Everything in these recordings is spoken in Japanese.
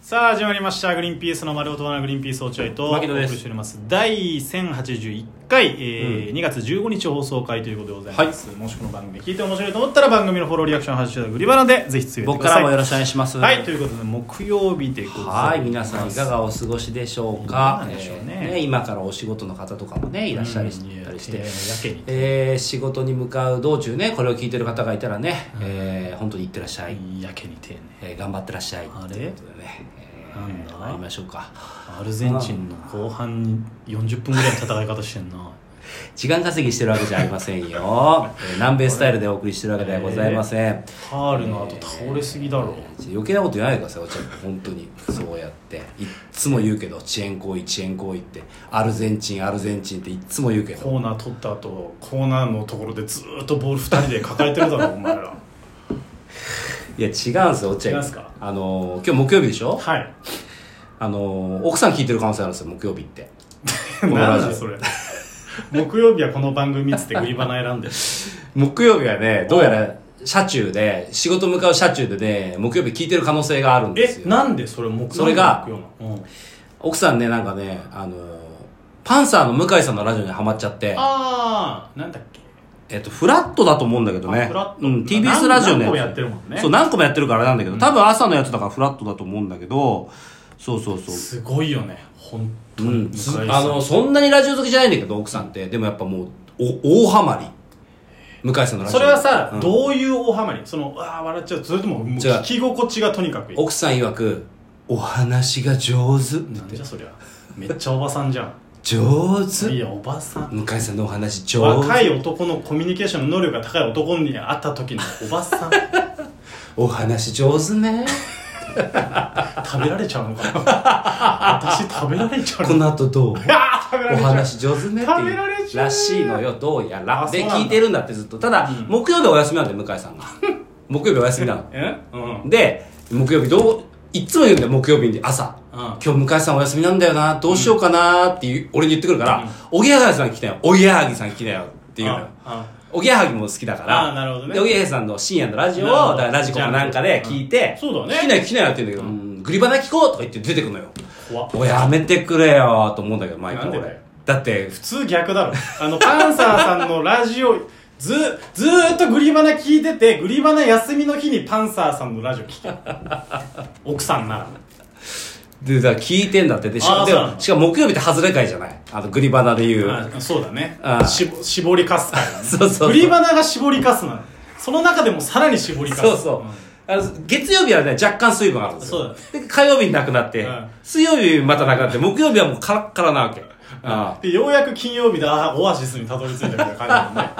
さあ始まりました「グリーンピースの丸音のグリーンピース落合」とお牧野ですしております第1081回、えー2月15日放送回ということでございます、もしこの番組聞いて面白いと思ったら番組のフォローリアクション「ハッシュタググリバナ」でぜひつぶやいて僕くかださいらもよろしくお願いします。はいということで木曜日でございますはい皆さんいかがお過ごしでしょうかいかがでしょうねえーね今からお仕事の方とかもねいらっしゃりしうんたりしえて、ーやけにえー仕事に向かう道中ねこれを聞いてる方がいたらね、えー本当に行ってらっしゃい、やけに丁寧えー頑張ってらっしゃいあれということでね、えーなんだ参りましょうかアルゼンチンの後半に40分ぐらいの戦い方してんな時間稼ぎしてるわけじゃありませ んよ、えー南米スタイルでお送りしてるわけではございません、ファールの後倒れすぎだろ、余計なこと言わないでくださいお茶本当にそうやっていっつも言うけど遅延行為遅延行為ってアルゼンチンアルゼンチンっていっつも言うけどコーナー取った後コーナーのところでずーっとボール2人で抱えてるだ ろお前らいや違うんですよお茶違うんすかあのー今日木曜日でしょ はいあのー奥さん聞いてる可能性あるんですよ木曜日ってこのなラんジオだそれ木曜日はこの番組見つてグリバナ選んでる木曜日はねどうやら車中で仕事向かう車中でね木曜日聞いてる可能性があるんですえよなんでそれ木曜日それが木曜日うん奥さんねなんかねあのーパンサーの向井さんのラジオにハマっちゃってああなんだっけえっと、フラットだと思うんだけどあねフラッ。トうん、TBS ラジオの何個つやってるもんねそう、何個もやってるからあれなんだけど、多分朝のやつだからフラットだと思うんだけど、そうそうそう。すごいよね本当うに、ん向井さ、んあの、そんなにラジオ好きじゃないんだけど、奥さんって。でもやっぱもう、お、大ハマり。向井さんのラジそオ。れはさ、うんどういう大ハマりそのああ笑っちゃうそれとももう違う聞き心地がとにかくいい奥さん曰く、お話が上手って言なっんてじゃ。そりゃめっちゃおばさんじゃん上手いやおばさん向井さんのお話上手。若い男のコミュニケーションの能力が高い男に会った時のおば さんお話上手 ね。食べられちゃうのかな私食べられちゃうこのの後どうあー 食べらおれちゃう話上手ねって食べられいうちゃうらしいのよどうやらあでそうなんだ聞いてるんだってずっとただ、うん木曜日お休みなんで向井 さんが木曜日お休みなのえうんで木曜日どういっつも言うんだよ木曜日に朝うん今日向井さんお休みなんだよなどうしようかなっていう、俺に言ってくるからうんおぎやはぎさん来たよおぎやはぎさん来たよっていうのよあおぎやはぎも好きだからあーなるほどねでおぎやはぎさんの深夜のラジオをなるほどだからラジコかなんかで聞いて、うんそうだね聞きなよ聞きなよって言うんだけど、うんグリバナ聞こうとか言って出てくるのよあ怖っもうやめてくれよと思うんだけど毎な回んでだよ俺だって普通逆だろあのパンサーさんのラジオずずーっとグリバナ聞いててグリバナ休みの日にパンサーさんのラジオ聞け奥さんならでだから聞いてんだってでしあかーでそうなものしかも木曜日って外れ会じゃないあのグリバナで言う、あそうだねああしぼ絞りかすから、ね、そうそうそう振り花が絞りかすなのその中でもさらに絞りかすそうそう、んあの月曜日はね若干水分あるんですそうよで火曜日になくなって、うん水曜日またなくなって木曜日はもうカラッカラなわけ、ああでようやく金曜日でああオアシスにたどり着いたみたいな感じだもん ね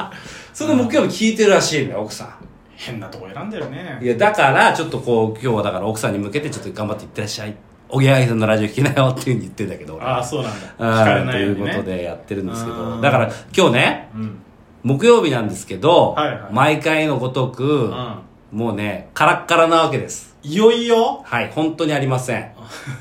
それで木曜日聞いてるらしいんだよ奥さ変なとこ選んでるんいねやだからちょっとこう今日はだから奥さんに向けてちょっと頑張っていってらっしゃいおぎやはぎさんのラジオ聞きなよっていうふうに言ってんだけど俺ああそうなんだあ聞かれーとないよいううにこねとでやってるんですけうどんだから今日ねうん木曜日なんですけど、はいはい毎回のごとく、うんもうね、カラッカラなわけです。いよいよはい、本当にありま せん。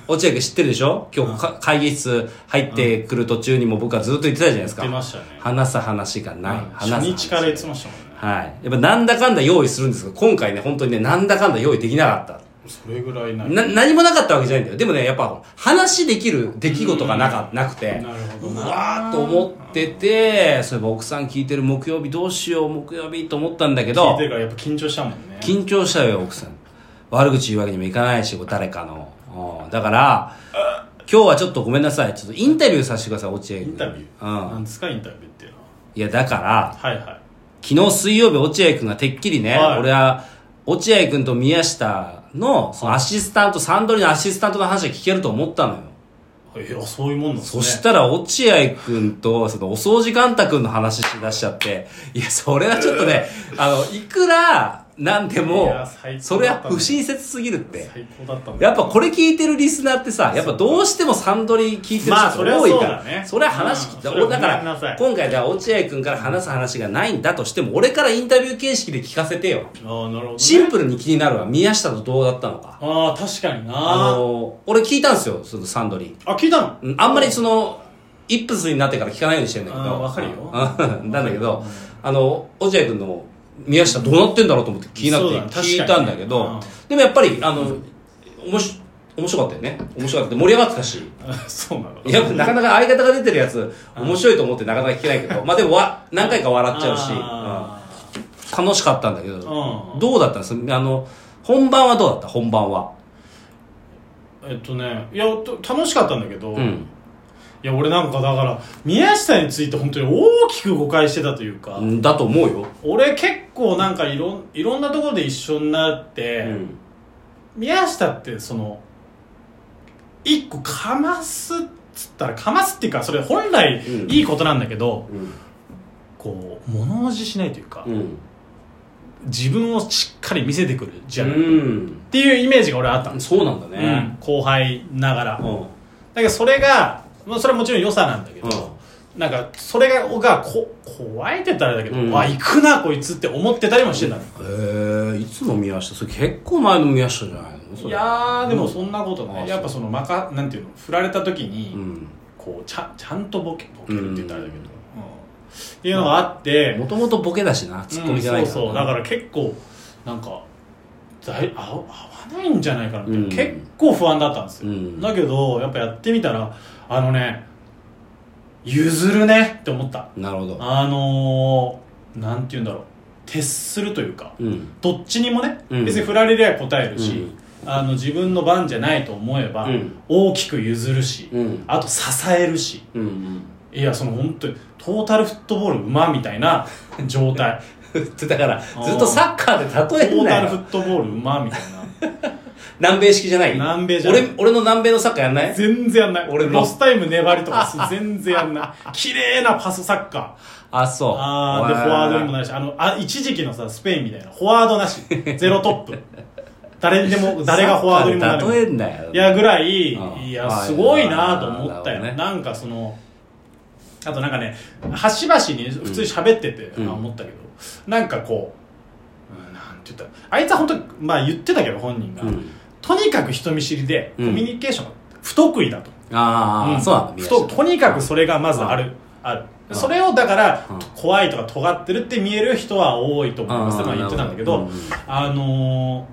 落合君知ってるでしょ今日、か会議室入ってくる途中にも僕はずっと言ってたじゃないですか。出ましたね話す話がない。うん話す初話日から言ってましたもんねはい。やっぱなんだかんだ用意するんですけど、今回ね、本当にね、なんだかんだ用意できなかった。それぐらいないな、何もなかったわけじゃないんだよ。でもね、やっぱ、話できる出来事がなか、なくて、なるほどうなわーと思ってて、そういえば奥さん聞いてる木曜日どうしよう、木曜日と思ったんだけ聞いどて、るからやっぱ緊張したもんね緊張したよ、奥さん。悪口言うわけにもいかないし、こう誰かの。うんだから、今日はちょっとごめんなさい。ちょっとインタビューさせてください、落合イ君。ンタビューう。なんんですかインタビューっていうのはいや、だから、はいはい昨日水曜日落合君がてっきりね、はい俺は落合君と宮下のそのアシスタント、サンドリのアシスタントの話が聞けると思ったのよ。いやそういうもんなんですそねしたら落合君とそのお掃除ン太君の話し出しちゃって、いや、それはちょっとね、あの、いくらなんいでもや最高だったね、それは不親切すぎるって。最高だったんだやっぱこれ聞いてるリスナーってさ、やっぱどうしてもサンドリ聞いてるまあ人それはが多いかそうだねら、それは話聞いた。うんそれはだかごめんなさいら、今回じゃあ落合くんから話す話がないんだとしても、俺からインタビュー形式で聞かせてよ。ああなるほどねシンプルに気になるわ。宮下とどうだったのか。ああ確かになああの、俺聞いたんですよ、そのサンドリ。聞いたのうんあんまりその、イップスになってから聞かないようにしてるんだけあーど。わかるようん なんだけど、あの、落合くんの宮下どうなってんだろうと思って気になってそうだね聞いたんだけ確どかに、でもやっぱり、あの、面白い面白かったよね面白かった盛り上がってたしあ そうなのやっぱなかなか相方が出てるやつ面白いと思ってなかなか聞けないけどまあでもわ何回か笑っちゃうし、あうん楽しかったんだけど、ーうんどうだったんですあの本番はどうだった本番はえっとねいやと楽しかったんだけど、ういんや俺なんかだから宮下について本当に大きく誤解してたというか、うんだと思うよ、俺結構なんかいろんいろんなところで一緒になって、うん宮下ってその一個かますっつったらかますっていうかそれ本来うんいいことなんだけど、うんこう物おじしないというか、うん自分をしっかり見せてくるじゃん、っうていうイメージが俺あったんんです、そうなんだうねん、後輩ながら、うだんけどそれがまあそれはもちろん良さなんだけど、なんかそれががこ怖いって言ったらあれだけど、うんわ行くなこいつって思ってたりもしてたの、へえいつの宮下それ結構前の宮下じゃないのそれいやーでもそんなことね、あそうやっぱそのまかなんていうの振られた時に、うんこうちゃちゃんとボケボケるって言ったらあれだけど、うんっていうのがあって、もともとボケだしなツッコミじゃなういんからそうそうだから結構なんかだい合う合わないんじゃないかなって、うん結構不安だったんですよ、うんだけどやっぱやってみたらあのね譲るねって思ったなるほどあのー、なんて言うんだろう徹するというかうんどっちにもね、うん別に振られりゃ答えるし、うんあの自分の番じゃないと思えば、うん大きく譲るし、うんあと支えるしうんうんいやその本当にトータルフットボール馬みたい な状態だからずっとサッカートで例えんーなタルフよットボール馬みたいな南米式じゃない南米じゃない俺俺の南米のサッカーやんない全然やんない俺もロスタイム粘りとかす全然やんない綺麗なパスサッカーあそうあーでフォワードにもなるしあのあ一時期のさスペインみたいなフォワードな しゼロトップ誰にでも誰がフォワードにもなサッカーでる例えんなよいやぐらいあーいやはいすごいなと思ったよ、なるほどねなんかそのあとなんかね端々に普通に喋ってて、うんあ思ったけどなんかこう、うん、なんて言ったらあいつは本当にまあ言ってたけど本人が、うんとにかく人見知りでコうんミュニケーションが不得意だと、ああ、うんそうなんだ宮不下得とにかくそれがまずあるあるうんそれをだからうん怖いとか尖ってるって見える人は多いと思いますあーまあ言ってたんだけど、なるほどあの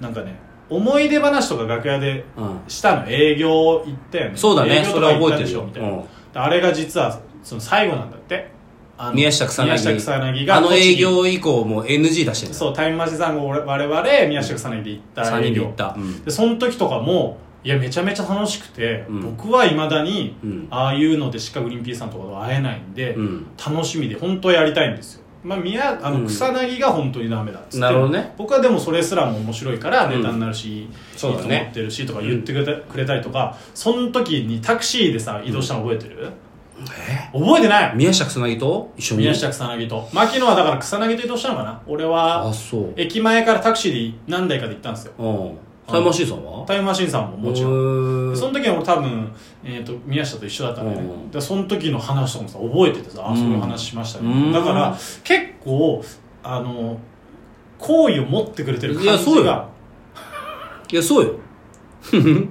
ー、なんかね思い出話とか楽屋でうんうんしたの営業行ったよねそうだ営ね業そとかれは行っ覚たえてでるしょよみたいな、うんであれが実はその最後なんだってあの宮下草薙宮下草薙があの営栃業以降もう NG 出して木るそうタイムマシさんが俺我々宮下草薙で行った3営人で業行ったうんでその時とかもいやめちゃめちゃ楽しくて、うん僕はいまだにうんああいうのでしかグリーンピースさんとかと会えないんで、うん楽しみで本当はやりたいんですよまあ宮あうんの草薙が本当にダメだっつって、なるほどね僕はでもそれすらも面白いからうんネタになるし、そういいだとね思ってるしとか言ってくれた,、くれたりとかその時にタクシーでさ移動したの覚えてる、覚えてない宮下草薙と一緒に宮下草薙と牧野はだから草薙と移動したのかな俺あはそう駅前からタクシーで何台かで行ったんですようんタイムマシーンさんはタイムマシーンさんももちろんろその時は俺多分、えー、と宮下と一緒だったんだよね、うんでその時の話とかもさ覚えててさ、あうんそういう話しましたね、うんだから結構あの好意を持ってくれてるいや感そじうがよいやそうようん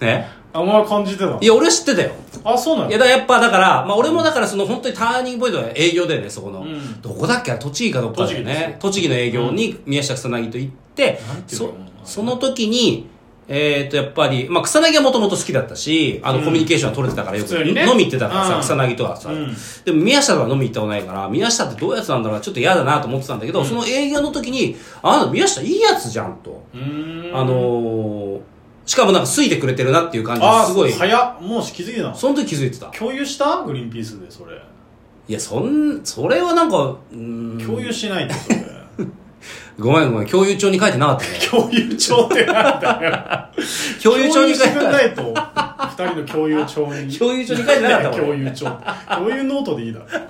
ねあお前感じてたのいや俺は知ってたよあそうなのいやだからやっぱだから、まあ、俺もだからその本当にターニングポイントは営業だよねそこの、うんどこだっけ栃木かどっかだよね栃木の営業に宮下草薙と行って、なんていうのそその時にえっ、とやっぱり、まあ、草薙はもともと好きだったしあのうんコミュニケーションは取れてたからよく、普通にね飲み行ってたからさ、うん草薙とはさ、うんでも宮下とは飲み行ったことないから宮下ってどういうやつなんだろうなちょっと嫌だなと思ってたんだけど、うんその営業の時にあなた宮下いいやつじゃんと、うーんあのーしかもなんか好いてくれてるなっていう感じがあすすごごいい早っもう気づいてたのその時気づいてた共有したグリーンピースでそれいや、そん、それはなんか、うーん共有しないでそれ ごめんごめん、共有帳に書いてなかったね。共有帳ってなんだよ 共有帳に書いしててくなんかっないと二人の共有帳に 共有帳に書いてなかったもん 共有帳共有ノートでいいだろた。い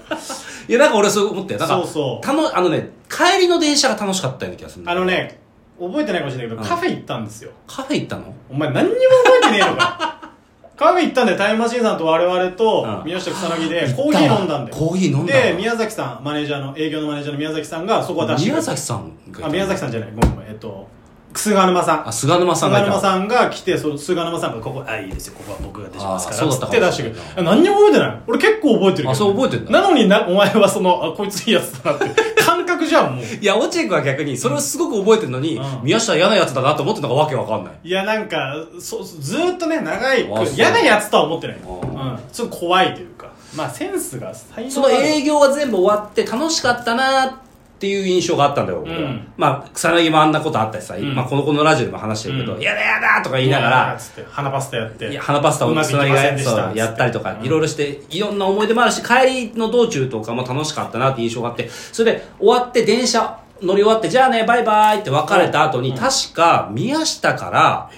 や、なんか俺そう思ったよ。なんか、そうそうたの、あのね、帰りの電車が楽しかったような気がするんだあけどの。ね覚えてないかもしれないけど、うんカフェ行ったんですよカフェ行ったのお前何にも覚えてねえのか カフェ行ったんでタイムマシーンさんと我々うんと宮下草薙でコーヒー飲んだんだよコーヒー飲んだわで宮崎さんマネージャーの営業のマネージャーの宮崎さんがそこは出してく宮れた崎さんがいたあ宮崎さんじゃないごめんごめんえっと楠川沼さんあ、菅沼さん菅がいた。沼さんが来てその菅沼さんがここあいいですよここは僕が出しますからあーつそうだっったてかも出ししてれくないるあ何にも覚えてない俺結構覚えてるけどあそう覚えてんだなのになお前はそのあこいついいやつだなって感覚じじゃんもういや、落合君は逆に、それをすごく覚えてるのに、うん宮下は嫌なやつだなと思ってるのがわけわかんない。いやなんかそずーっとね長いあそう嫌なやつとは思ってない、あうん、ちょっと怖いというかまあセンスが最そのある営業が全部終わって楽しかったなっていう印象があったんだよ、僕はうんまあ、草薙もあんなことあったしさ、んまあ、この子のラジオでも話してるけど、うんやだやだとか言いながうわーらっ、つって花パスタやっていや花パスタを草薙がやそうそうやったりとか、いいろろいろして、いろんな思い出もあるし、帰りの道中とかも楽しかったなって印象があって、それで終わって電車乗り終わって、じゃあね、バイバイって別れた後に、確か宮下から、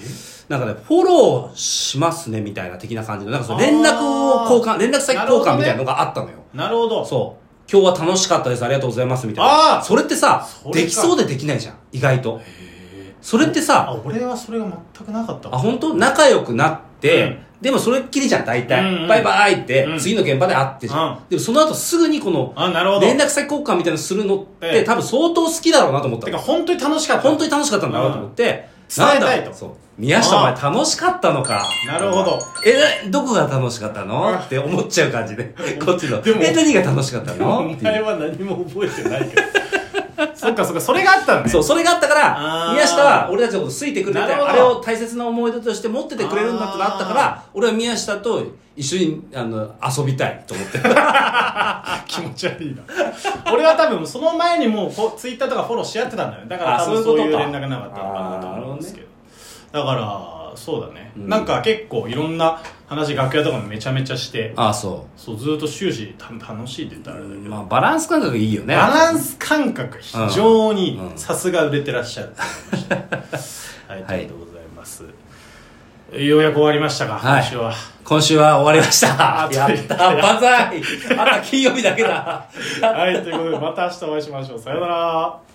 なんかね、フォローしますねみたいな的な感じの、なんかその連絡を交換、連絡先交換みたいなのがあったのよ。なるほどそう。今日は楽しかったです。ありがとうございます。みたいな。あーそれってさそれ、かできそうでできないじゃん。意外と。それってあさ、俺はそれが全くなかったあ、本当仲良くなって、でもそれっきりじゃん、大体。うんうんバイバイって、うん次の現場で会ってじゃん。うんでもその後すぐにこの、あなるほど連絡先交換みたいなのするのって、ええ多分相当好きだろうなと思ったてのか本当に楽しかった本当に楽しかったんだなと思って、うんな伝んえだたいとそう。宮下お前楽しかったのか。なるほど。え、どこが楽しかったのうんって思っちゃう感じで。こっちの。でもえ、何が楽しかったのっておい前うは何も覚えてない から。そっかそっか、それがあったんね。そう、それがあったかあら、ー宮下は俺たちのこと好いてくれて、なるほどあれを大切な思い出として持っててくれるんだってなったから、俺は宮下と一緒にあの遊びたいと思って。気持ち悪いな。俺は多分その前にもうこうツイッターとかフォローし合ってたんだよ。だからあ多分そそうういいううことか連絡なかったのかなと思うんですけど。だから、そうだね。うんなんか結構いろんな話、楽屋とかもめちゃめちゃして、 ああ、そそう、ずっと終始た楽しいって言ったらあれだけう。ど。まあ、バランス感覚いいよね。バランス感覚が非常にうんさすが売れてらっしゃ る、はい、ありがとうございます、ようやく終わりましたか、は今い週は今週は終わりました あ。やったー、バンザイ。あとは金曜日だけだ。はいということでまた明日お会いしましょうさようなら